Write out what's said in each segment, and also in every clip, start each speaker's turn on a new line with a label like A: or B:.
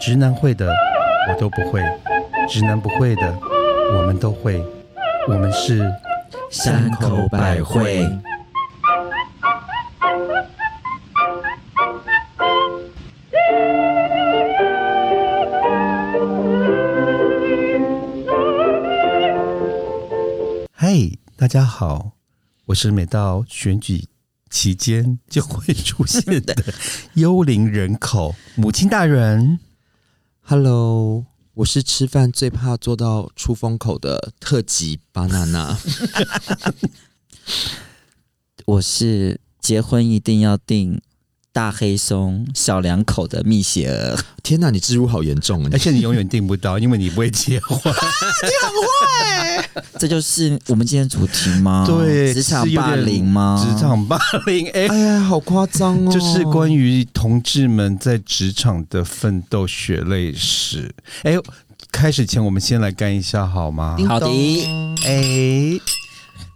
A: 直男会的我都不会，直男不会的我们都会，我们是
B: 山口百惠。
A: 嗨，大家好，我是每到选举期间就会出现的幽灵人口母亲大人。
B: Hello，我是吃饭最怕做到出风口的特级巴娜娜。
C: 我是结婚一定要订大黑松、小两口的蜜雪儿，
B: 天哪，你置入好严重 啊！
A: 而且你永远订不到，因为你不会结婚。？
C: 这就是我们今天的主题吗
A: 对，
C: 哦职场
A: 是有
C: 霸
A: 点
C: 凌吗？哦
A: 职场霸凌，哎、
B: 哎呀，好夸张哦！
A: 就是关于同志们在职场的奋斗血泪史。哎、开始前我们先来干一下好吗？
C: 好的。
A: 哎、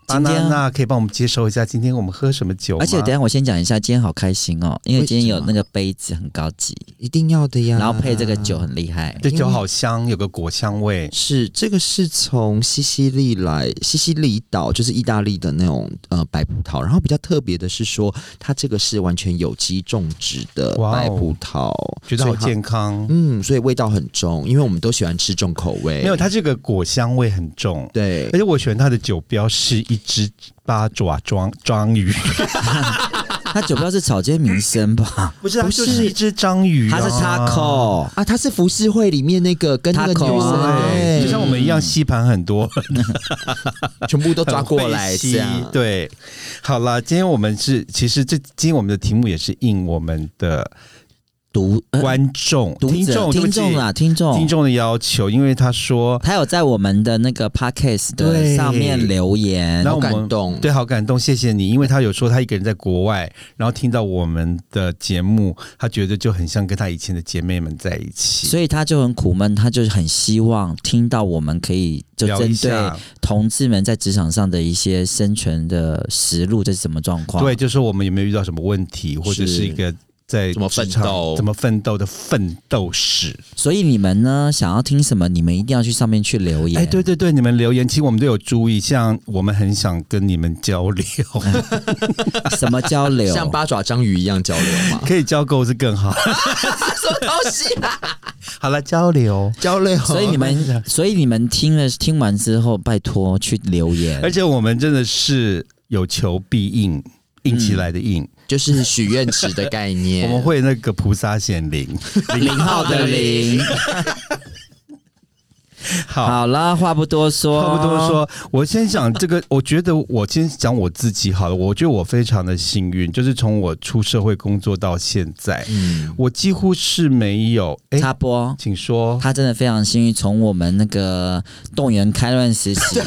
A: 巴
C: 今
A: 娜
C: 天
A: 娜啊可以帮我们介绍一下今天我们喝什么酒吗？
C: 而且等一下我先讲一下，今天好开心哦，因为今天有
B: 为什么
C: 那个杯子很高级，
B: 一定要的呀。
C: 然后配这个酒很厉害。
A: 这酒好香，有个果香
C: 嗯
A: 味。
B: 是这个是从西西里来，西西里岛就是意大利的那种呃白葡萄，然后比较特别的是说，它这个是完全有机种植的
A: 哇哦
B: 白葡萄，
A: 觉得好
B: 所以它
A: 健康，
B: 嗯，所以味道很重，因为我们都喜欢吃重口味。
A: 没有它这个果香味很重，
B: 对
A: 而，且我喜欢它的酒标是一只八爪章章鱼，
C: 他酒标是草间弥生 吧？
A: 不是，它
B: 不
A: 就是是一只章鱼、啊，
C: 他是 taco，
B: 啊，它是浮世绘里面那个跟那个
C: 塔口
B: 女生，
C: 啊
A: 对，
B: 对
A: 就像我们一样吸盘很多，
B: 全部都抓过来
A: 很会
B: 这
A: 吸
B: 样。
A: 对，好啦，今天我们是其实这今天我们的题目也是应我们的
C: 读呃
A: 观众、
C: 读
A: 听
C: 者
A: 众、对不
C: 听
A: 起
C: 众啊啦，听众
A: 听众的要求，因为他说，
C: 他有在我们的那个 podcast
A: 对
C: 的上面留言
A: 然，后
B: 好
A: 我们
B: 感动
A: 对，好感动，谢谢你，因为他有说他一个人在国外，然后听到我们的节目，他觉得就很像跟他以前的姐妹们在一起。
C: 所以他就很苦闷，他就是很希望听到我们可以就
A: 聊一
C: 针对
A: 下，
C: 同志们在职场上的一些生存的实录，这是什么状况？
A: 对，，就是我们有没有遇到什么问题，或者是
B: 是
A: 一个在
B: 怎么
A: 职
B: 奋
A: 场
B: 斗
A: 怎么奋斗的奋斗史。
C: 所以你们呢，想要听什么，你们一定要去上面去留言。
A: 哎，对对对，你们留言其实我们都有注意，像我们很想跟你们交 流，？
C: 什么交流？
B: 像八爪章鱼一样交流嘛
A: 可以交流是更好。
B: 什么东西啊？
A: 好了，交流。
B: 交流。
C: 所以你 们，所以你们听了听完之后，拜托去留言。
A: 而且我们真的是有求必应，应起来的应，
B: 就是许愿池的概念。
A: 我们会那个菩萨显 灵。
C: 零号的零，
A: 好，
C: 好哦啦，话不多说，
A: 话不多。说，我先讲这个，我觉得我先讲我自己好了。我觉得我非常的幸运，就是从我出社会工作到现在，
B: 嗯，
A: 我几乎是没有。哎、
C: 插播，
A: 请说。
C: 他真的非常幸运，从我们那个动员开乱时 期，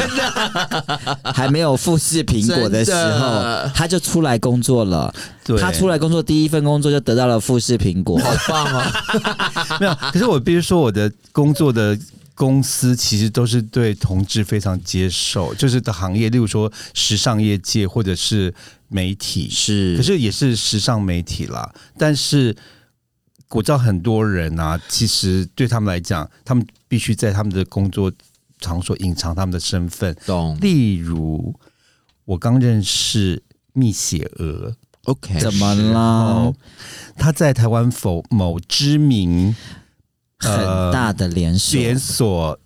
C: 还没有富士苹果的时
B: 真
C: 候
B: 的，
C: 他就出来工作了。
A: 对，
C: 他出来工作第一份工作就得到了富士苹果。
B: 好棒哦！
A: 没 有，可是我必须说，我的工作的公司其实都是对同志非常接受，就是的行业，例如说时尚业界或者是媒体，
C: 是
A: 可 是也是时尚媒体啦。但是我知道很多人啊，其实对他们来讲，他们必须在他们的工作场所隐藏他们的身份，
B: 懂
A: 例如我刚认识蜜雪儿。
B: ？OK，
C: 怎么
A: 然
C: 嗯啦
A: 后？他在台湾某某知名呃
C: 很大的连锁
A: 连锁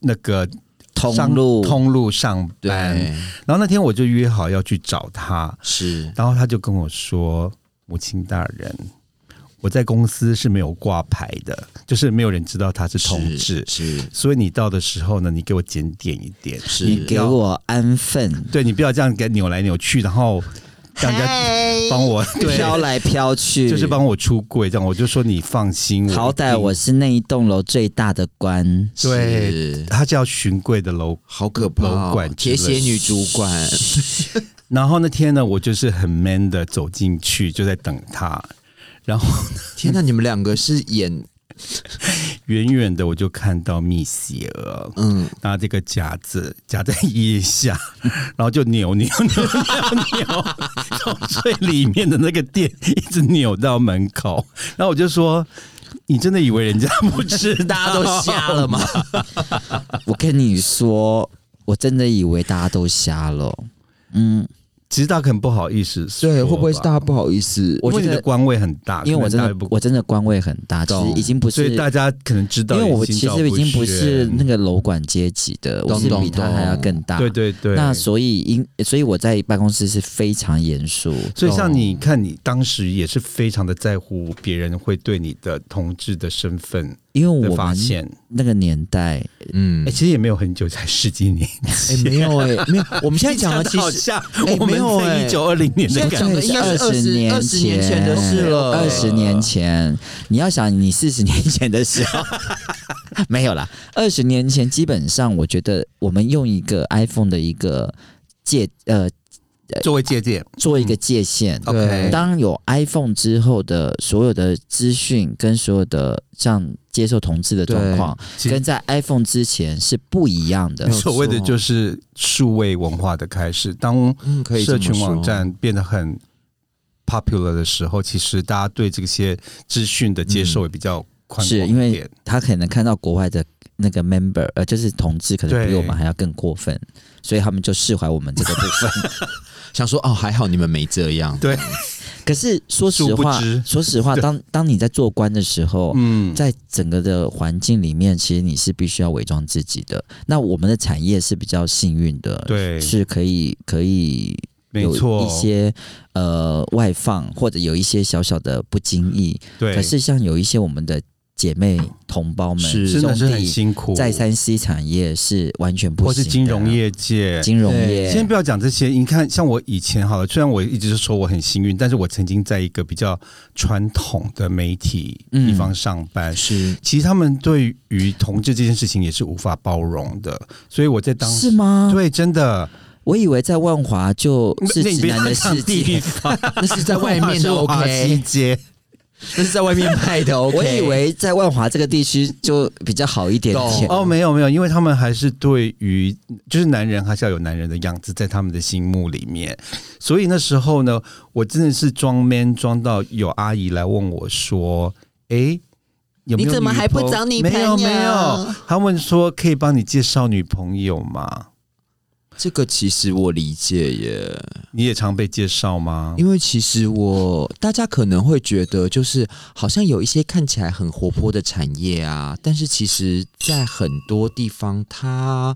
A: 那个商
C: 通路，
A: 通路上
B: 对
A: 班，然后那天我就约好要去找他，
B: 是
A: 然后他就跟我说：“母亲大人，我在公司是没有挂牌的，就是没有人知道他是同志，
B: 是
A: 所以你到的时候呢，你给我检点一点，
B: 是
C: 你给我安分，
A: 对你不要这样给扭来扭去，然后让人家帮 我对。”
C: 飘来飘 去，
A: 就是帮我出柜，这样我就说你放心，我
C: 好
A: 一定
C: 歹我是那一栋楼最大的官，
A: 对
B: 是
A: 他叫巡柜的楼。
B: 好可怕
A: 楼
B: 哦
A: 管！之类
B: 铁
A: 的
B: 血女主管，
A: 然后那天呢，我就是很 man 的走进去，就在等他。然后
B: 天哪！你们两个是演
A: 远远的我就看到蜜雪儿
B: 嗯，
A: 拿这个夹子夹在腋下， 然后就扭扭扭扭扭， 从最里面的那个店一直扭到门口。然后我就说：“你真的以为人家不知道？
B: 大家都瞎了嘛？
C: 我跟你说，我真的以为大家都瞎了。嗯，
A: 其实大家很不好意思说吧，
B: 对，会不会是大家不好意思？
C: 我
A: 因为你
C: 觉
A: 的
C: 得，
A: 官位很大，
C: 因为我
A: 啊可
C: 真
A: 能大家
C: 的
A: 不
C: 我真的官位很大，其实
B: 懂
C: 已经不
A: 所
C: 是，
A: 以大家可能知道
C: 因
A: 也
C: 为
A: 心照
C: 我
A: 宣，
C: 其实已经不是那个楼管阶级的，我
B: 懂
C: 是
B: 懂
C: 比他还要更大。
A: 对对对，
C: 那所以因所以我在办公室是非常严肃，
A: 所以像
C: 哦
A: 你看，你当时也是非常的在乎别人会对你的同志的身份
C: 因为
A: 的
C: 我
A: 发
C: 们
A: 现。
C: 那个年 代，
B: 嗯
A: 哎、，其实也没有很久，才十几年。
B: 哎，没 有哎，没有。我 们现在讲的其
A: 好
B: 实
A: 像
B: 哎
A: 我
B: 没
A: 们
B: 有
A: 在
B: 哎
A: 一九二零年的
B: 现在
A: 感
B: 讲
A: 觉。
B: 的应该是
C: 二
B: 20
C: 年
B: 20年前的事了
C: 二十年前，你要想你四十年前的时候， 没有啦。二十年前，基本上我觉得我们用一个 iPhone 的一个界呃
A: 作为借鉴
C: 做
B: 嗯
C: 一个界限。
B: 哦
A: ，OK，
C: 当有 iPhone 之后的所有的资讯跟所有的像接受同志的状况，
A: 其实
C: 跟在 iPhone 之前是不一样的
B: 没。有
A: 所谓的
B: 错
A: 就是数位文化的开始。当
B: 嗯，可以
A: 社
B: 这么
A: 群
B: 说
A: 网站变得很 popular 的时候，其实大家对这些资讯的接受也比较宽广
C: 是
A: 一
C: 因
A: 点。
C: 为他可能看到国外的那个 member，呃，就是同志，可能比我们还要更过分，所以他们就释怀我们这个部 分。
B: 想说哦，还好你们没这样。
A: 对，
C: 可是说实
A: 殊不
C: 话
A: 知，
C: 说实话，当当你在做官的时候，
A: 嗯，
C: 在整个的环境里面，其实你是必须要伪装自己的。那我们的产业是比较幸运的，，
A: 对，
C: 是可以可以
A: 没
C: 有
A: 错，
C: 一些呃外放，或者有一些小小的不经意。
A: 对，
C: 可是像有一些我们的姐妹同胞们，
B: 是
A: 真
C: 兄
A: 的是很
C: 弟。
A: 辛苦，
C: 在三 C 产业是完全不行
A: 或
C: 的，
A: 是金融、业界。
C: 金融
B: 对
C: 业，
A: 先不要讲这些，你看，像我以前好了，虽然我一直说我很幸运，但是我曾经在一个比较传统的媒体
C: 嗯
A: 地方上班，
B: 是
A: 其实他们对于同志这件事情也是无法包容的，所以我在当时
C: 是吗？
A: 对真的
C: 我以为在万华就
A: 那
C: 是
A: 那你
C: 直
A: 别
C: 男的
A: 讲
C: 世
A: 地
C: 界，
A: 方，
B: 那是在外面的
A: 是华西
B: OK，
A: 街，
B: 那是在外面拍的 OK。
C: 我以为在万华这个地区就比较好一点点。
A: 哦，没有没有，因为他们还是对于就是男人还是要有男人的样子，在他们的心目里面。所以那时候呢，我真的是装 man 装到有阿姨来问我说：“诶，有没有
D: 你怎么
A: 女
D: 还不
A: 朋
D: 找女
A: 没有
D: 朋友
A: 没有，他问说可以帮你介绍女朋友吗？
B: 这个其实我理解耶，
A: 你也常被介绍吗？
B: 因为其实我大家可能会觉得，就是好像有一些看起来很活泼的产业啊，但是其实在很多地方它。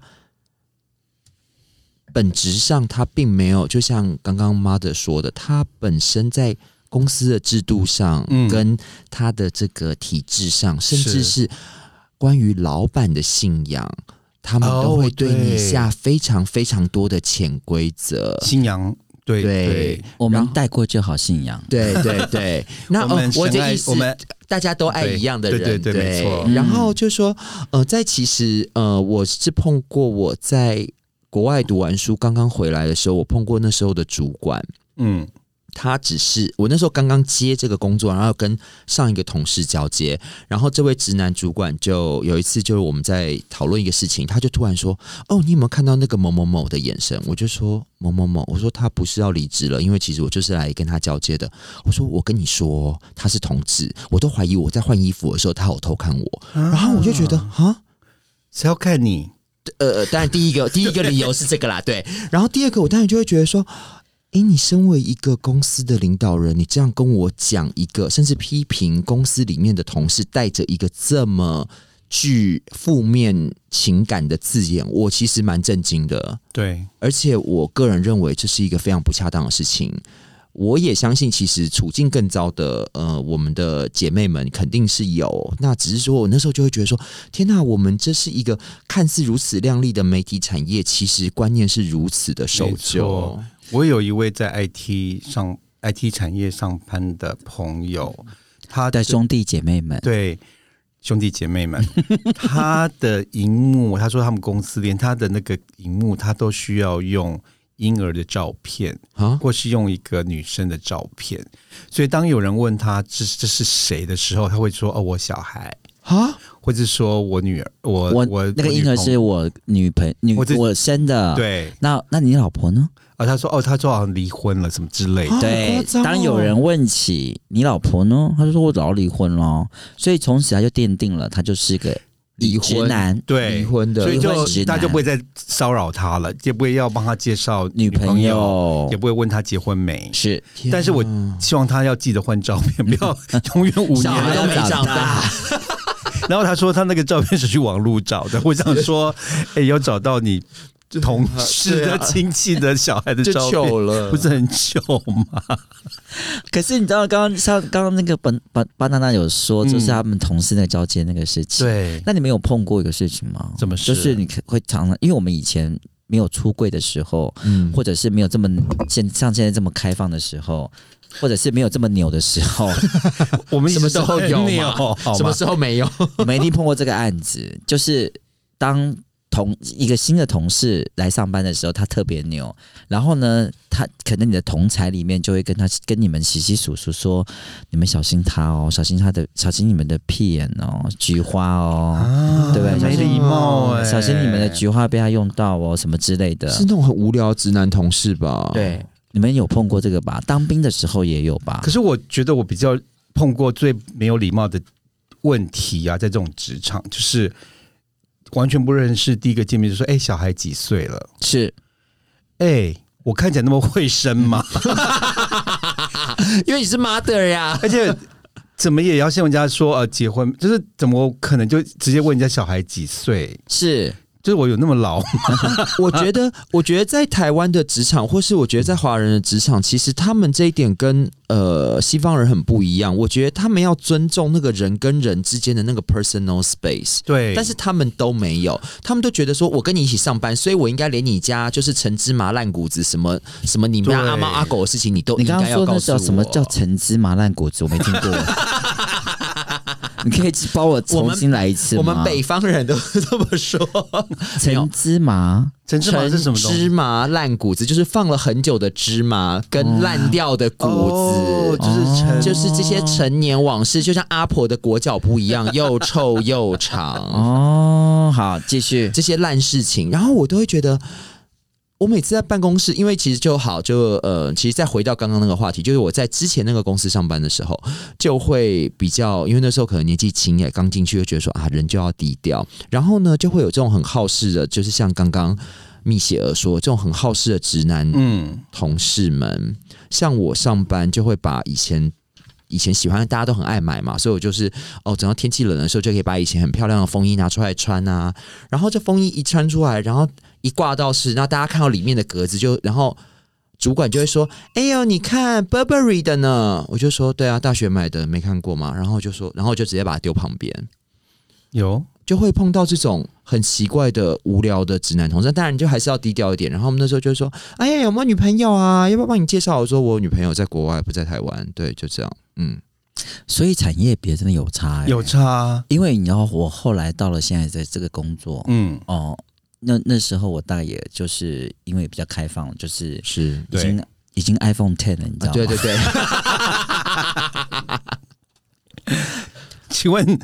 B: 本质上，它并没有，就像刚刚 mother 说的，它本身在公司的制度上，
A: 嗯
B: 跟它的这个体制上，甚至
A: 是
B: 是关于老板的信仰，他们都
A: 哦
B: 会对你
A: 对
B: 下非常非常多的潜规则。
A: 新娘，对
B: 对
A: 对，
C: 我们带过就好，信仰。
B: 对对对，那
A: 我
B: 呃
A: 们，
B: 我
A: 深
B: 的
A: 爱
B: 意思，
A: 我们
B: 大家都爱
A: 对
B: 一样的
A: 对
B: 人，
A: 对对没错
B: 然后就说，呃，在其实，呃，我是碰过我在国外读完书刚刚回来的时候，我碰过那时候的主管，
A: 嗯
B: 他只是我那时候刚刚接这个工作，然后跟上一个同事交接，然后这位直男主管就有一次就是我们在讨论一个事情，他就突然说：“哦，你有没有看到那个某某某的眼神？”我就说：“某某某。”我说：“他不是要离职了，因为其实我就是来跟他交接的。”我说：“我跟你说，他是同志，我都怀疑我在换衣服的时候他有偷看我。”然后我就觉得啊。
A: 谁要看你？
B: 呃，当然第一个第一个理由是这个啦，对。然后第二个，我当然就会觉得说，诶，你身为一个公司的领导人，你这样跟我讲一个，甚至批评公司里面的同事带着一个这么具负面情感的字眼，我其实蛮震惊的。
A: 对，
B: 而且我个人认为这是一个非常不恰当的事情。我也相信，其实处境更糟的，呃，我们的姐妹们肯定是有。那只是说我那时候就会觉得说，天呐，我们这是一个看似如此亮丽的媒体产业，其实观念是如此的守
A: 没
B: 旧
A: 错。我有一位在 IT 上 IT 产业上班的朋友，他
C: 的
A: 的
C: 嗯兄弟姐妹们，
A: 对兄弟姐 妹们，他的荧幕，他说他们公司连他的那个荧幕，他都需要用婴儿的照片，
C: 哦
B: 啊，
A: 或是用一个女生的照片。所以当有人问他这这是谁的时候，他会说：“哦，我小孩。”
B: 啊，
A: 或者说我女儿，我
C: 我
A: 我
C: 那个婴儿
A: 女朋
C: 是我女朋女
A: 我自
C: 我生的，。
A: 对
C: 那那你老婆呢？
A: 啊，他说哦，他说好像离婚了什么之类的。
B: 啊好
C: 对
B: 夸张，哦
C: 当有人问起你老婆呢，他就说我早就离婚了，所以从此他就奠定了他就是个
B: 离
C: 直
B: 婚
C: 男
A: 对，
B: 离婚的
A: 所以
C: 离
A: 就
C: 婚直男
A: 大家就不会再骚扰他了，也不会要帮他介绍
C: 女
A: 朋
C: 朋友
B: 哦
A: 也不会问他结婚没。
C: 是
A: 但是我
B: 天啊
A: 希望他要记得换照片， 不要永远五
B: 小
A: 年
B: 孩
A: 都
B: 都
A: 没
B: 没长
A: 长大。
B: 大，
A: 然后他说他那个照片是去网路找的，我想 说，哎，要找到你同事
B: 对
A: 的
B: 啊
A: 亲戚的小孩的
B: 就
A: 照片，
B: 糗了，
A: 不是很糗吗？
C: 可是你知道，刚刚像刚刚那个本巴巴娜娜有说，
A: 嗯
C: 就是他们同事那个交接那个事情。，
A: 对，
C: 那你们有碰过一个事情吗？
A: 什么事
C: 就是你可会常常，因为我们以前没有出柜的时候，
B: 嗯
C: 或者是没有这么现像现在这么开放的时候，或者是没有这么扭的时候，
A: 我们一
B: 什
A: 直
B: 么时候
A: 都
B: 有
A: 很
B: 嘛
A: 拗好
B: 什么
A: 吗？
B: 时候没有？
C: 我们一定碰过这个案子，就是当同一个新的同事来上班的时候，他特别牛，然后呢，他可能你的同才里面就会跟他跟你们洗洗数数说，你们小心他哦，小心他的，小心你们的屁眼哦，菊花哦，
A: 啊
C: 对不对
A: 没礼貌
B: 哦
A: 哎，
C: 小心你们的菊花被他用到哦，什么之类的。
B: 是那种很无聊的直男同事吧？，
C: 对，你们有碰过这个吧？当兵的时候也有吧
A: 可？是我觉得我比较碰过最没有礼貌的问题啊，在这种职场，就是完全不认识，第一个见面就说：“哎、小孩几岁了
C: 是，？”
A: 哎、我看起来那么会生吗？
B: 因为你是 mother 呀，
A: 而且怎么也要先问人家说呃结婚，就是怎么可能就直接问人家小孩几岁？
C: 是
A: 就是我有那么老吗？
B: 我 觉得，我觉得在台湾的职场，或是我觉得在华人的职场，其实他们这一点跟呃西方人很不一样。我觉得他们要尊重那个人跟人之间的那个 personal space。
A: 对，
B: 但是他们都没有，他们都觉得说，我跟你一起上班，所以我应该连你家就是陈芝麻烂谷子什么什么你们家
A: 对
B: 阿猫阿狗的事情，你都
C: 你
B: 哦应
C: 刚刚
B: 该要
C: 说
B: 告
C: 那
B: 诉
C: 叫
B: 我。
C: 什么叫橙汁麻烂果子？我没听 过。你可以帮我重新来一次吗？
B: 我们北方人都 这么说，
C: 橙芝麻
A: 陈芝麻是什么东
B: 芝
A: 西？
B: 麻烂谷子就是放了很久的芝麻跟烂掉的谷
A: 哦
B: 子。
A: 就是陈、
B: 就是这些陈年往事，就像阿婆的裹脚布一样，又臭又 长，
C: 哦，好，继续。
B: 这些烂事情，然后我都会觉得。我每次在办公室，因为其实就好，就呃，其实再回到刚刚那个话题，就是我在之前那个公司上班的时候，就会比较，因为那时候可能年纪轻也刚进去，就觉得说啊，人就要低调，然后呢，就会有这种很好事的，就是像刚刚蜜雪儿说，这种很好事的直男
A: 嗯，
B: 同事们，像我上班就会把以前。以前喜欢的大家都很爱买嘛，所以我就是哦，等到天气冷的时候，就可以把以前很漂亮的风衣拿出来穿啊。然后这风衣一穿出来，然后一挂到是，然后大家看到里面的格子就，然后主管就会说：“哎呦，你看 Burberry 的呢。”我就说：“对啊，大学买的，没看过嘛。”然后就说，然后我就直接把它丢旁边。
A: 有
B: 就会碰到这种很奇怪的、无聊的直男同事。当然，你就还是要低调一点。然后我们那时候就会说：“哎呀，有没有女朋友啊？要不要帮你介绍？”我说：“我有女朋友在国外，不在台湾。”对，就这样。嗯，
C: 所以产业别真的有差、欸，
A: 有，差，
C: 因为你知道我后来到了现在的这个工作，
A: 嗯，
C: 哦，那那时候我大概也就是因为比较开放，就是
B: 是
C: 已
A: 对
C: 经已经 iPhone Ten 了，你
A: 啊
C: 知道吗？
B: 啊对对 对，
A: 请问。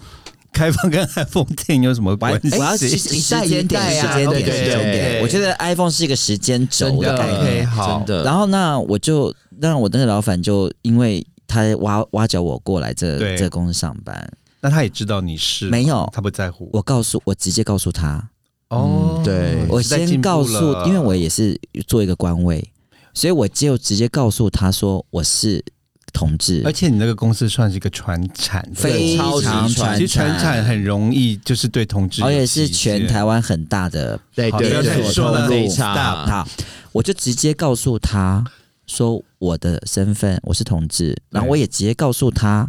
A: 开放跟 iPhone Ten 有什么关系？
C: 哎我要时
B: 一代
C: 间点，
B: 一代
C: 时
B: 啊
C: 间点，
B: 对
C: 时间点。
A: 对
C: 我觉得 iPhone 是一个时间
B: 真
C: 轴的
B: 的
C: 概念。
A: OK，好
B: 真的。
C: 然后那我就让我那个老板就因为他挖挖角我过来这
A: 对
C: 这公司上班，
A: 那他也知道你是
C: 没有
A: 他不在乎
C: 我告诉我直接告诉他，
A: 哦
B: 嗯对
C: 我
A: 时代进
C: 先
A: 步
C: 告诉
A: 了，
C: 因为我也是做一个官位，所以我就直接告诉他说我是同志
A: 而，且你那个公司算是一个传产的，
C: 非
B: 超级
C: 常
B: 传
A: 其实传产很容易就是对同志有
C: 而
A: 歧视，
C: 且是全台湾很大的
B: 对
A: 好
B: 对
A: 不要
B: 对，
A: 再说了
B: 非
A: stop
B: 常
C: 好，我就直接告诉他说我的身份我是同志，然后我也直接告诉他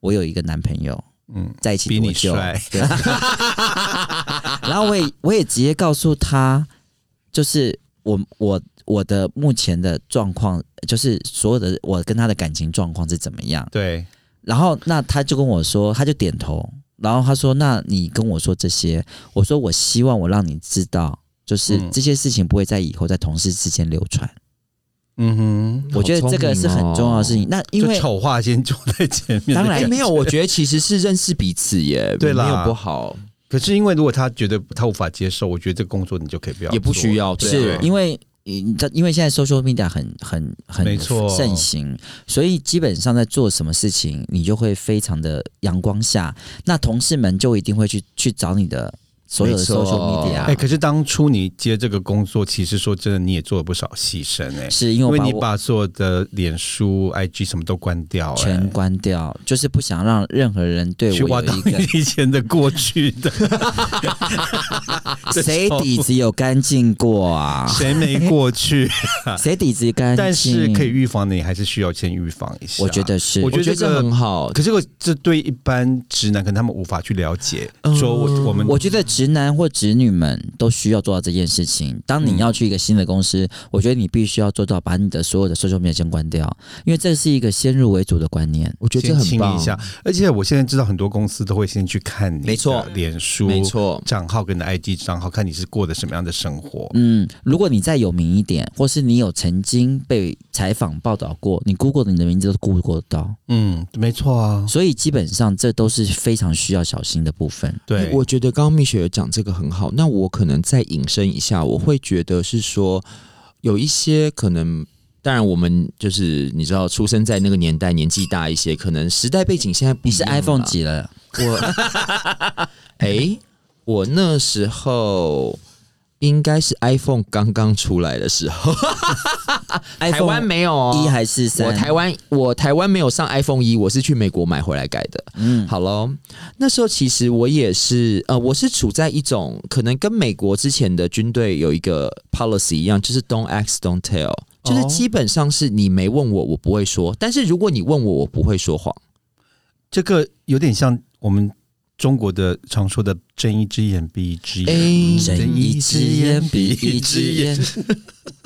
C: 我有一个男朋友
A: 嗯，
C: 在一起
A: 比
C: 多
A: 你
C: 久，
A: 帅，
C: 然后我也我也直接告诉他，就是我我我的目前的状况，就是所有的我跟他的感情状况是怎么样。
A: 对，
C: 然后那他就跟我说，他就点头，然后他说：“那你跟我说这些，我说我希望我让你知道，就是
A: 嗯
C: 这些事情不会在以后在同事之间流传。
A: 嗯哼，
C: 我觉得这个是很重要的事情。那因
A: 就
C: 为
A: 丑话先做在前面，
C: 当然
B: 哎，没有，我觉得其实是认识彼此耶，
A: 对啦
B: 没有不好，
A: 可是因为如果他觉得他无法接受，我觉得这个工作你就可以不要，
B: 也不需要，
A: 对
B: 对
C: 是
B: 啊
C: 因为你知道，因为现在 social media 很很
A: 没
C: 很
A: 错
C: 盛行，所以基本上在做什么事情，你就会非常的阳光下，那同事们就一定会去去找你的所有的
B: 没错
C: social
A: 哎、
B: 啊
C: media，
A: 可是当初你接这个工作，其实说真的，你也做了不少牺牲哎、
C: 是因
A: 因为
C: 为我把
A: 你
C: 我
A: 把所有的脸书、IG 什么都关掉、哎
C: 全关掉，就是不想让任何人对
A: 去挖
C: 我
A: 到
C: 有一个
A: 你以前的过去的， 这
C: 谁
A: 种
C: 底子有干净 过啊？
A: 谁没过去？
C: 谁底子干净？
A: 啊但是可以，预防的，你还是需要先预防一下。
C: 我觉，得是
A: 我
B: 我
A: 觉得
B: 觉得
A: 这个
B: 这很好。
A: 可是我这对一般直男，可能他们无法去了解，
B: 嗯
A: 说我我们
C: 我觉得直男或直女们都需要做到这件事情。当你要去一个新的公司，我觉得你必须要做到把你的所有的 social media 先关掉，因为这是一个先入为主的观念。
B: 我觉得这
A: 先
B: 很
A: 清理
B: 棒，
A: 一下。而且我现在知道很多公司都会先去看你的
B: 没错
A: 脸书
B: 没错，
A: 账号跟你的 IG 账号，看你是过的什么样的生活。
C: 嗯，如果你再有名一点，或是你有曾经被采访报道过，你 Google 你的名字都 Google 得到，
A: 嗯，没错啊，
C: 所以基本上这都是非常需要小心的部分。
A: 对，
B: 我觉得刚刚蜜雪儿讲这个很好，那我可能再引申一下，我会觉得是说有一些可能。当然，我们就是你知道，出生在那个年代，年纪大一些，可能时代背景现在不
C: 你
B: 一
C: 是
B: 样了
C: iPhone 几了？
B: 我，哎、我那时候应该是 iPhone 刚刚出来的时候，台湾
C: iPhone
B: 没有、哦、
C: 一还是
B: 我
C: 三？
B: 台湾我台湾没有上 iPhone 一，我是去美国买回来改的。
C: 嗯，
B: 好喽，那时候其实我也是，呃，我是处在一种可能跟美国之前的军队有一个 policy 一样，就是 don't ask, don't tell，就是
A: 哦
B: 基本上是你没问我，我不会说；但是如果你问我，我不会说谎。
A: 这个有点像我们中国的常说的“睁一只眼闭一只眼”，
B: 哎
C: 睁一只眼闭一只眼，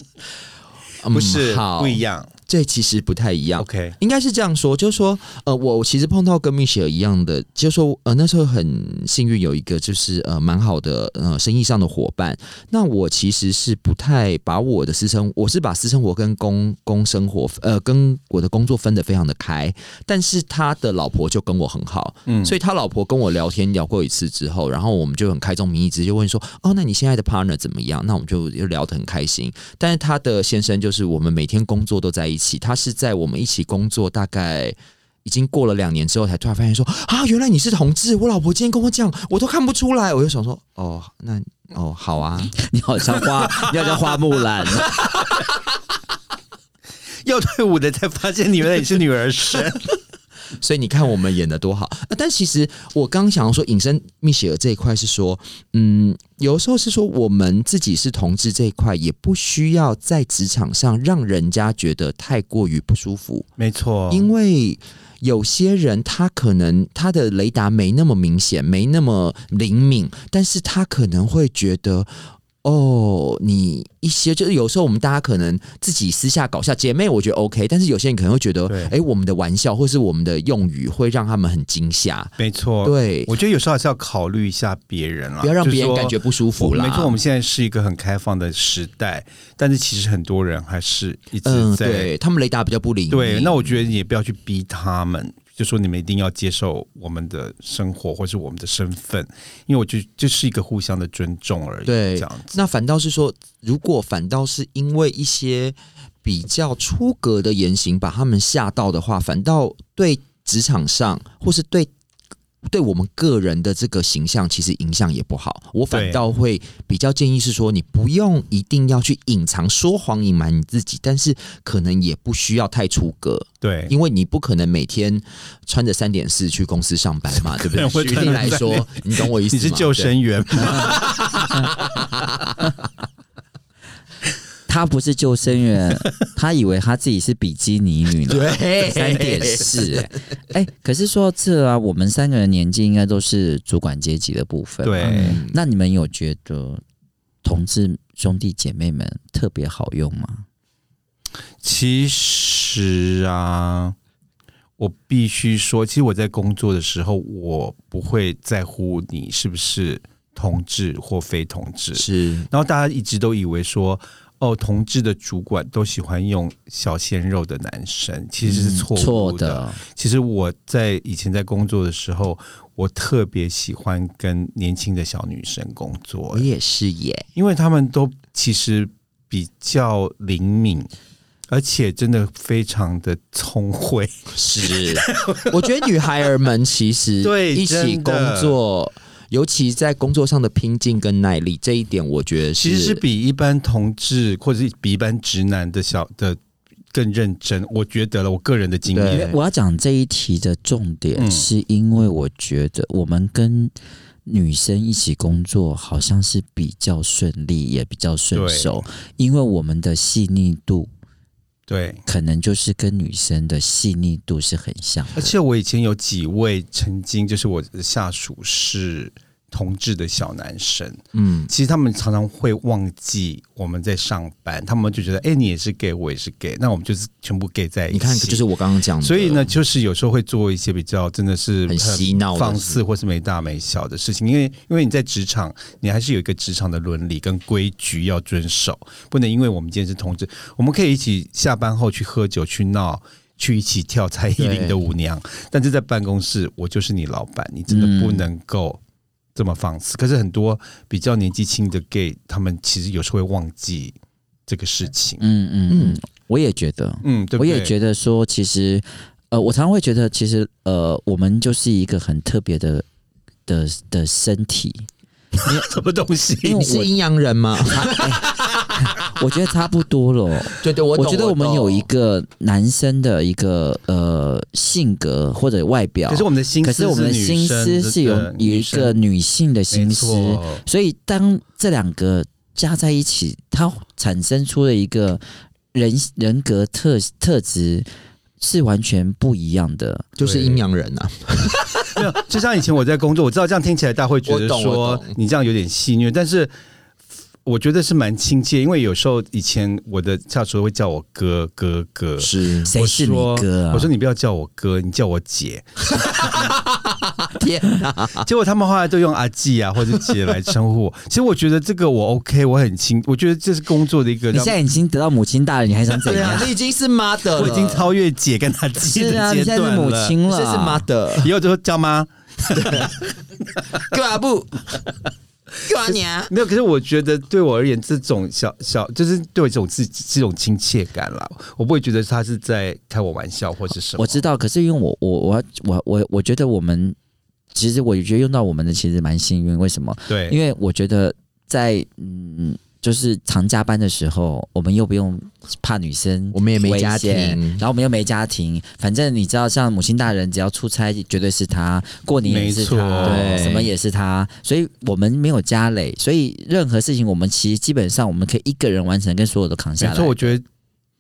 B: 嗯
A: 不是
B: 好
A: 不一，样。
B: 这其实不太一样。
A: OK，
B: 应该是这样说，就是说，呃，我其实碰到跟蜜雪儿一样的，就是说，呃，那时候很幸运有一个就是呃蛮好的呃生意上的伙伴。那我其实是不太把我的私生，我是把私生活跟公公生活，呃，跟我的工作分得非常的开。但是他的老婆就跟我很好，
A: 嗯，
B: 所
A: 所以
B: 以他老婆跟我聊天聊过一次之后，然后我们就很开宗明义，直接问说：“哦，那你现在的 partner 怎么样？”那我们就就聊得很开心。但是他的先生就是我们每天工作都在一起，他是在我们一起工作大概。已经过了两年之后，才突然发现说啊，原来你是同志！我老婆今天跟我讲，我都看不出来。我就想说，哦，那哦，好啊，
C: 你好像花，你好像花木兰。
A: 要退伍的才发现你原来也是女儿身。
B: 所以你看我们演的多好。啊、但其实我刚想要说，隐身蜜雪儿这一块是说，嗯，有时候是说我们自己是同志这一块，也不需要在职场上让人家觉得太过于不舒服，
A: 没错，
B: 因为。有些人他可能他的雷达没那么明显，没那么灵敏，但是他可能会觉得，哦，你一些就是有时候我们大家可能自己私下搞笑，姐妹我觉得 OK，但是有些人可能会觉得
A: 对，
B: 哎，我们的玩笑或是我们的用语会让他们很惊吓，
A: 没错。
B: 对，
A: 我觉得有时候还是要考虑一下别人啦，
B: 不要让
A: 就是
B: 别人
A: 说
B: 感觉不舒
A: 我
B: 服啦。
A: 没错，我们现在是一个很开放的时代，但是其实很多人还是一直
B: 嗯，
A: 在、
B: 对他们雷达比较不灵敏。
A: 对那我觉得你也不要去逼他们，就说你们一定要接受我们的生活或是我们的身份，因为我觉得这是一个互相的尊重而已。
B: 对
A: 这样子。
B: 那反倒是说，如果反倒是因为一些比较出格的言行把他们吓到的话，反倒对职场上或是对对我们个人的这个形象，其实影响也不好。我反
A: 对
B: 倒会比较建议是说，你不用一定要去隐藏、说谎、隐瞒你自己，但是可能也不需要太出格，
A: 对，
B: 因为你不可能每天穿着三点四去公司上班嘛，对不
A: 能会
B: 对？举
A: 穿
B: 例
A: 着
B: 来说，你懂我意思
A: 你
B: 吗？
A: 是救
B: 对
A: 生员吗？
C: 他不是救生员，他以为他自己是比基尼女呢。
B: 对
C: 三点四， 哎、可是说到这啊，我们三个人年纪应该都是主管阶级的部 分。，
A: 对，
B: 嗯
C: 那你们有觉得同志兄弟姐妹们特别好用吗？
A: 其实啊，我必须说，其实我在工作的时候，我不会在乎你是不是同志或非同志。
B: 是
A: 然后大家一直都以为说，哦，同志的主管都喜欢用小鲜肉的男生，其实是错
C: 嗯错
A: 误的。，其实我在以前在工作的时候，我特别喜欢跟年轻的小女生工作
B: 我，也是耶，
A: 因为他们都其实比较灵敏，而且真的非常的聪慧。
B: 是，我觉得女孩儿们其实
A: 对
B: 一起
A: 真
B: 工
A: 的
B: 作，尤其在工作上的拼劲跟耐力，这一点我觉得
A: 其实是比一般同志或者是比一般直男的小的更认真，我觉得了，我个人的经
B: 对
A: 验。
C: 因为我要讲这一题的重点，
A: 嗯
C: 是因为我觉得我们跟女生一起工作好像是比较顺利，也比较顺手，因为我们的细腻度
A: 对，
C: 可能就是跟女生的细腻度是很像
A: 而
C: 的。
A: 且我以前有几位曾经就是我的下属是同志的小男生，
B: 嗯，
A: 其实他们常常会忘记我们在上班，他们就觉得哎、你也是 gay，我也是 gay，那我们就是全部 gay 在一起。
B: 你看，就是我刚刚讲的，
A: 所以呢，，就是有时候会做一些比较真的是
B: 嗯很嬉闹的
A: 放
B: 事
A: 肆或是没大没小的事情，因为因为你在职场，你还是有一个职场的伦理跟规矩要遵守，不能因为我们今天是同志，我们可以一起下班后去喝酒去闹。去一起跳蔡依林的舞娘，但是在办公室，我就是你老板，你真的不
C: 嗯
A: 能够这么放肆。可是很多比较年纪轻的 gay，他们其实有时候会忘记这个事情。
C: 嗯嗯嗯，我也觉得，
A: 嗯，对不
C: 我
A: 对
C: 也觉得说，其实，呃，我常常会觉得，其实，呃，我们就是一个很特别的的的身体。
A: 什么东西？
C: 因为
B: 你是
C: 我
B: 阴阳人吗？
C: 我觉得差不多了。
B: 对对， 我
C: 我
B: 懂
C: 觉得我们
B: 懂
C: 有一个男生的一个呃性格或者外表，
A: 可是我们的心思
C: 可是我们的
A: 女
C: 心
A: 生
C: 思是有
A: 对
C: 有一个
A: 女
C: 女性的
A: 生
C: 心
A: 没
C: 思，
A: 错
C: 所以当这两个加在一起，它产生出了一个人人格特特质是完全不一样的。
B: 就是阴阳人啊，
A: 没有，就像以前我在工作，我知道这样听起来大家会觉得
B: 我懂我
A: 说
B: 懂
A: 你这样有点戏虐，但是我觉得是蛮亲切，因为有时候以前我的下属会叫我哥哥哥。
B: 是
C: 谁是你
A: 我说
C: 哥啊？
A: 我说你不要叫我哥，你叫我姐。
B: 天哪，
C: 啊
A: 结果他们后来都用阿季啊或者姐来称呼我。其实我觉得这个我 OK，我很亲，我觉得这是工作的一个
C: 你
A: 让
C: 现。在已经得到母亲大人，你还想怎
B: 对啊，
C: 样？
B: 你已经是 mother，
A: 我已经超越姐跟阿季
C: 是啊，
A: 的阶
C: 你现在是
A: 段
C: 母
A: 了。
C: 亲
B: 你
C: 了，
B: 是 mother，
A: 以后就叫妈。
B: 干嘛不？干嘛娘？
A: 没有，可是我觉得对我而言，这种小小就是对我这种自这种亲切感啦，我不会觉得他是在开我玩笑或是什么。
C: 我知道，可是因为我我我我我我觉得我们其实我觉得用到我们的其实蛮幸运，为什么？
A: 对，
C: 因为我觉得在嗯，就是常加班的时候，我们又不用怕女生
B: 我们也没家
C: 危险
B: 庭
C: 然，后我们又没家庭，反正你知道，像母亲大人只要出差，绝对是他，过年也是
A: 没
C: 他
A: 错，
B: 对
C: 什么也是他，所以我们没有家累，所以任何事情我们其实基本上我们可以一个人完成，跟所有都扛下
A: 没
C: 来
A: 错，。我觉得。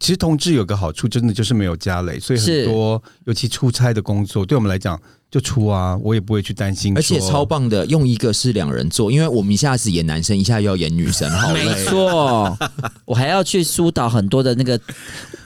A: 其实同志有个好处，真的就是没有家累，所以
C: 是
A: 很多尤其出差的工作，对我们来讲就出啊，我也不会去担心说。
B: 而且超棒的，用一个是两人做，因为我们一下子演男生，一下又要演女生，好累。
C: 没错，我还要去疏导很多的那个，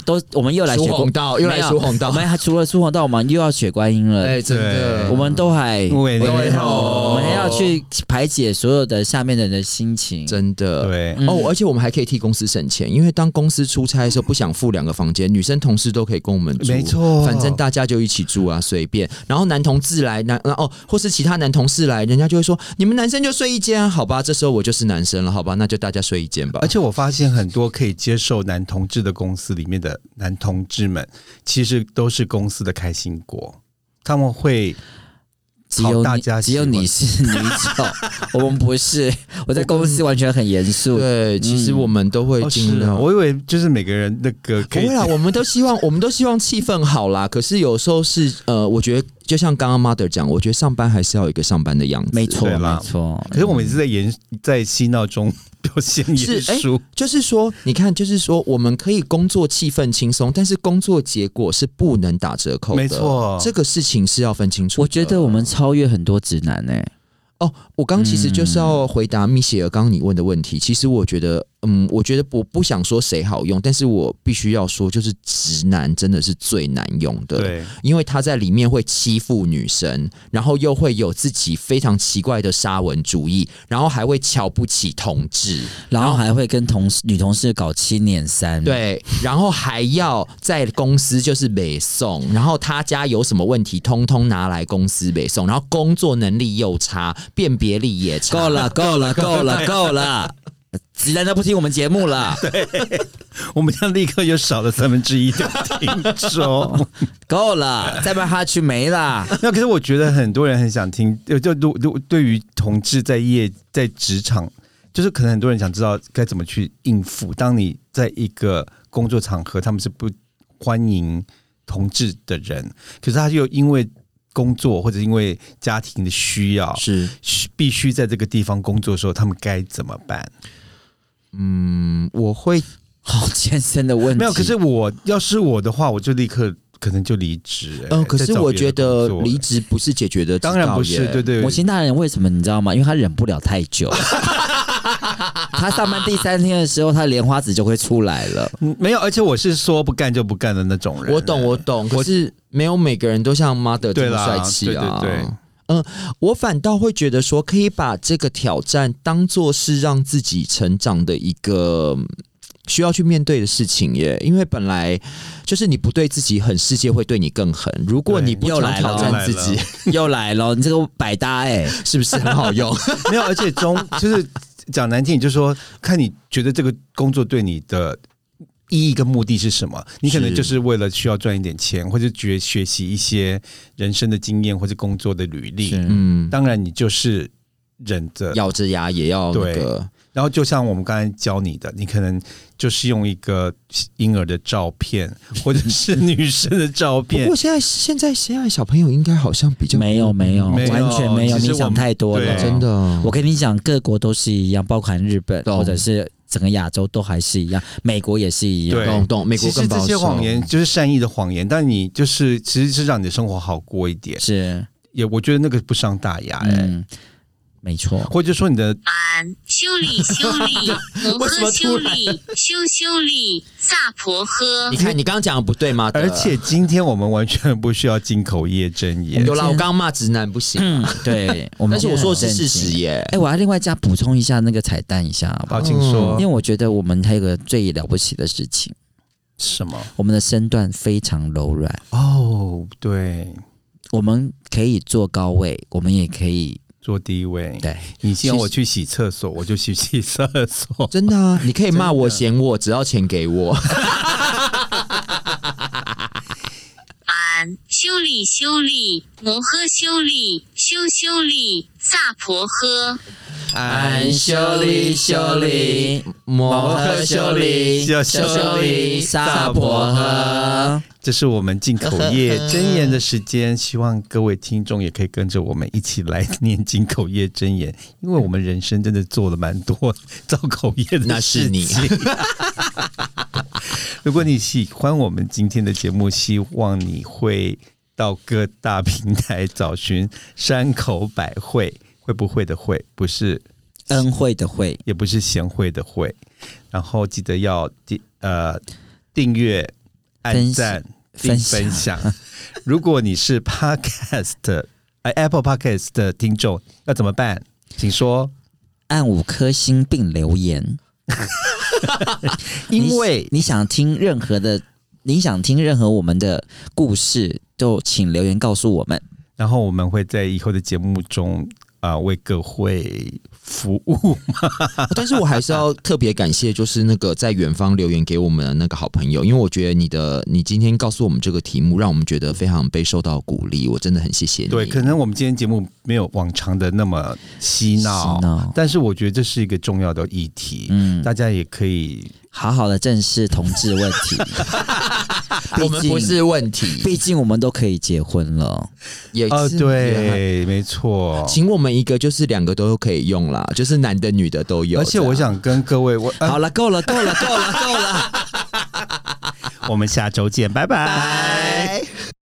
C: 都我们又来
B: 疏
C: 学
B: 红
C: 过，
B: 道，又来
C: 没有
B: 疏红
C: 我
B: 道，
C: 们还除了疏红道，我们又要学观音了。
B: 哎，真的，
A: 对
C: 我们都还，
A: 我也没
C: 我们
A: 有
C: 我们还要去排解所有的下面的人的心情。
B: 真的。
A: 对，
C: 嗯
B: 哦，而且我们还可以替公司省钱，因为当公司出差的时候不想付两个房间，女生同事都可以跟我们住，
A: 没错
B: 反正大家就一起住啊，随便。然后男同志来男然后哦，或是其他男同事来，人家就会说你们男生就睡一间、啊，好吧？这时候我就是男生了，好吧？那就大家睡一间吧
A: 而。且我发现很多可以接受男同志的公司里面的男同志们，其实都是公司的开心果，他们会
C: 只有
A: 好大
C: 你
A: 家，
C: 只有
A: 喜欢
C: 你是女丑， 我们不是。我在公司完全很严肃。
B: 对，其实我们都会
A: 哦
B: 尽
A: 是啊
B: 量。
A: 我以为就是每个人那个
B: 不
A: 可以
B: 会啦，我们都希望，我们都希望气氛好啦。可是有时候是，呃，我觉得就像刚刚 mother 讲，我觉得上班还是要有一个上班的样子。
C: 没错，
A: 对啦
C: 没错。
A: 可是我们一直在言在嬉闹中 表现严
B: 嗯是哎
A: 肃，
B: 就是说，你看，就是说，我们可以工作气氛轻松，但是工作结果是不能打折扣的。
A: 没错
B: 这个事情是要分清楚的。
C: 我觉得我们超越很多直男呢、
B: 哦，我刚其实就是要回答米歇尔刚刚你问的问题。其实我觉得，嗯，我觉得我不想说谁好用，但是我必须要说，就是直男真的是最难用的。。
A: 对，
B: 因为他在里面会欺负女生，然后又会有自己非常奇怪的沙文主义，然后还会瞧不起同志，
C: 然后还会跟同事女同事搞七年三。，
B: 对，然后还要在公司就是北送，然后他家有什么问题，通通拿来公司北送，然后工作能力又差，辨别力也差，
C: 够了，够了，够了，够了。直男都不听我们节目了，
A: 我们家立刻又少了三分之一的听众。
C: 够了，再不然他去没啦。
A: 那可是我觉得很多人很想听，就就如如对于同志在业在职场，就是可能很多人想知道该怎么去应付。当你在一个工作场合，他们是不欢迎同志的人，可是他又因为工作或者因为家庭的需要，
B: 是，
A: 需必须在这个地方工作的时候，他们该怎么办？
B: 嗯，我会
C: 好健身的问题，
A: 没有，可是我要是我的话，我就立刻可能就离职、欸。
B: 嗯、可
A: 再
B: 是
A: 找
B: 我
A: 别的
B: 觉得
A: 工作
B: 离职不是解决的之道
A: 当
B: 耶，
A: 然不是，对对
C: 魔星大人为什么你知道吗？因为他忍不了太 久。他上班第三天的时候，他莲花指就会出来了。
A: 嗯没有，而且我是说不干就不干的那种人。
B: 我懂，我懂，可是没有每个人都像 Mother
A: 对
B: 这么
A: 啦
B: 帅气啊。
A: 对对对
B: 嗯，我反倒会觉得说，可以把这个挑战当做是让自己成长的一个嗯需要去面对的事情耶。因为本来就是你不对自己狠，世界会对你更狠。如果
A: 对
B: 你不
C: 又
B: 常
C: 来了
B: 挑战自己，
C: 又来了，你这个百搭哎、
B: 是不是很好 用？
A: 没有，而且中就是讲难听，你就说看你觉得这个工作对你的。意义跟目的是什么？你可能
B: 是
A: 就是为了需要赚一点钱，或者觉学习一些人生的经验，或者工作的履历。
C: 是
B: 嗯，
A: 当然，你就是忍着，
B: 咬着牙也要那个。
A: 然后就像我们刚才教你的，你可能就是用一个婴儿的照片，或者是女生的照
B: 不
A: 片
B: 过，现在现在现在小朋友应该好像比较
C: 没有没有
A: 嗯没有
C: 完全没有，
A: 其实
C: 你
A: 我
C: 想
A: 们
C: 太多了，
A: 对
B: 真。的，
C: 我跟你讲，各国都是一样，包含日本
B: 懂
C: 或者是整个亚洲都还是一样，美国也是一样。
A: 对
B: 懂懂，美国
A: 其
B: 更
A: 实这
B: 保
A: 些
B: 守。
A: 谎言就是善意的谎言，但你就是其实是让你的生活好过一点，
C: 是，
A: 也我觉得那个不伤大雅哎、
C: 嗯，没错。
A: 或者说你的
D: 俺修理修 理摩诃修理修修理萨婆诃
B: 你。看，你刚刚讲的不对吗？
A: 而且今天我们完全不需要进口业证言
B: 有啦，我刚刚骂直男不行，
C: 嗯，对，我们
B: 但是我说的是事
C: 现在很震
B: 实
C: 惊。
B: 耶。
C: 哎、我要另外加补充一下那个彩蛋一下好不好
A: 好，请说、
B: 嗯
C: 因为我觉得我们还有个最了不起的事情，
A: 什么？
C: 我们的身段非常柔软，
A: 哦，对，
C: 我们可以坐高位，我们也可以
A: 坐第一位。
C: 对，
A: 你先我去洗厕所，我就去洗厕所。
B: 真的啊，你可以骂我、嫌我，只要钱给我。
D: 俺修理修理摩诃修理修修理萨婆诃。
B: 俺
C: 修理修理，
B: 摩
C: 诃修理
A: 修修理
C: 萨婆诃。
A: 这是我们进口业真言的时间，希望各位听众也可以跟着我们一起来念进口业真言，因为我们人生真的做了蛮多造口业的
B: 那是你
A: 事情 如果你喜欢我们今天的节目，希望你会到各大平台找寻山口百惠，会不会的会，不是
C: 恩惠的惠，
A: 也不是贤惠的惠。然后记得要订呃订阅、按赞、并
C: 分享
A: 分享。 如果你是 Podcast 的、呃、Apple Podcast 的听众，要怎么办？请说，
C: 按五颗星并留言，
A: 因为
C: 你你想听任何的，你想听任何我们的故事，就请留言告诉我们。
A: 然后我们会在以后的节目中啊、呃为各位服 务。
B: 啊但是我还是要特别感谢，就是那个在远方留言给我们的那个好朋友，因为我觉得你的你今天告诉我们这个题目，让我们觉得非常被受到鼓励，我真的很谢谢你。
A: 对，可能我们今天节目没有往常的那么嬉闹，
C: 嬉闹
A: 但是我觉得这是一个重要的议题，
C: 嗯，
A: 大家也可以
C: 好好的正视同志问 题。毕
B: 我们不
C: 竟
B: 是问题，
C: 毕竟我们都可以结婚了，
B: 也
A: 哦，
B: 是
A: 对，没错。
B: 请我们一个就是两个都可以用啦，就是男的女的都有。
A: 而且我
B: 这样，
A: 想跟各位，我、呃
C: 好了，够了，够了，够了，够了。
A: 我们下周见，拜拜。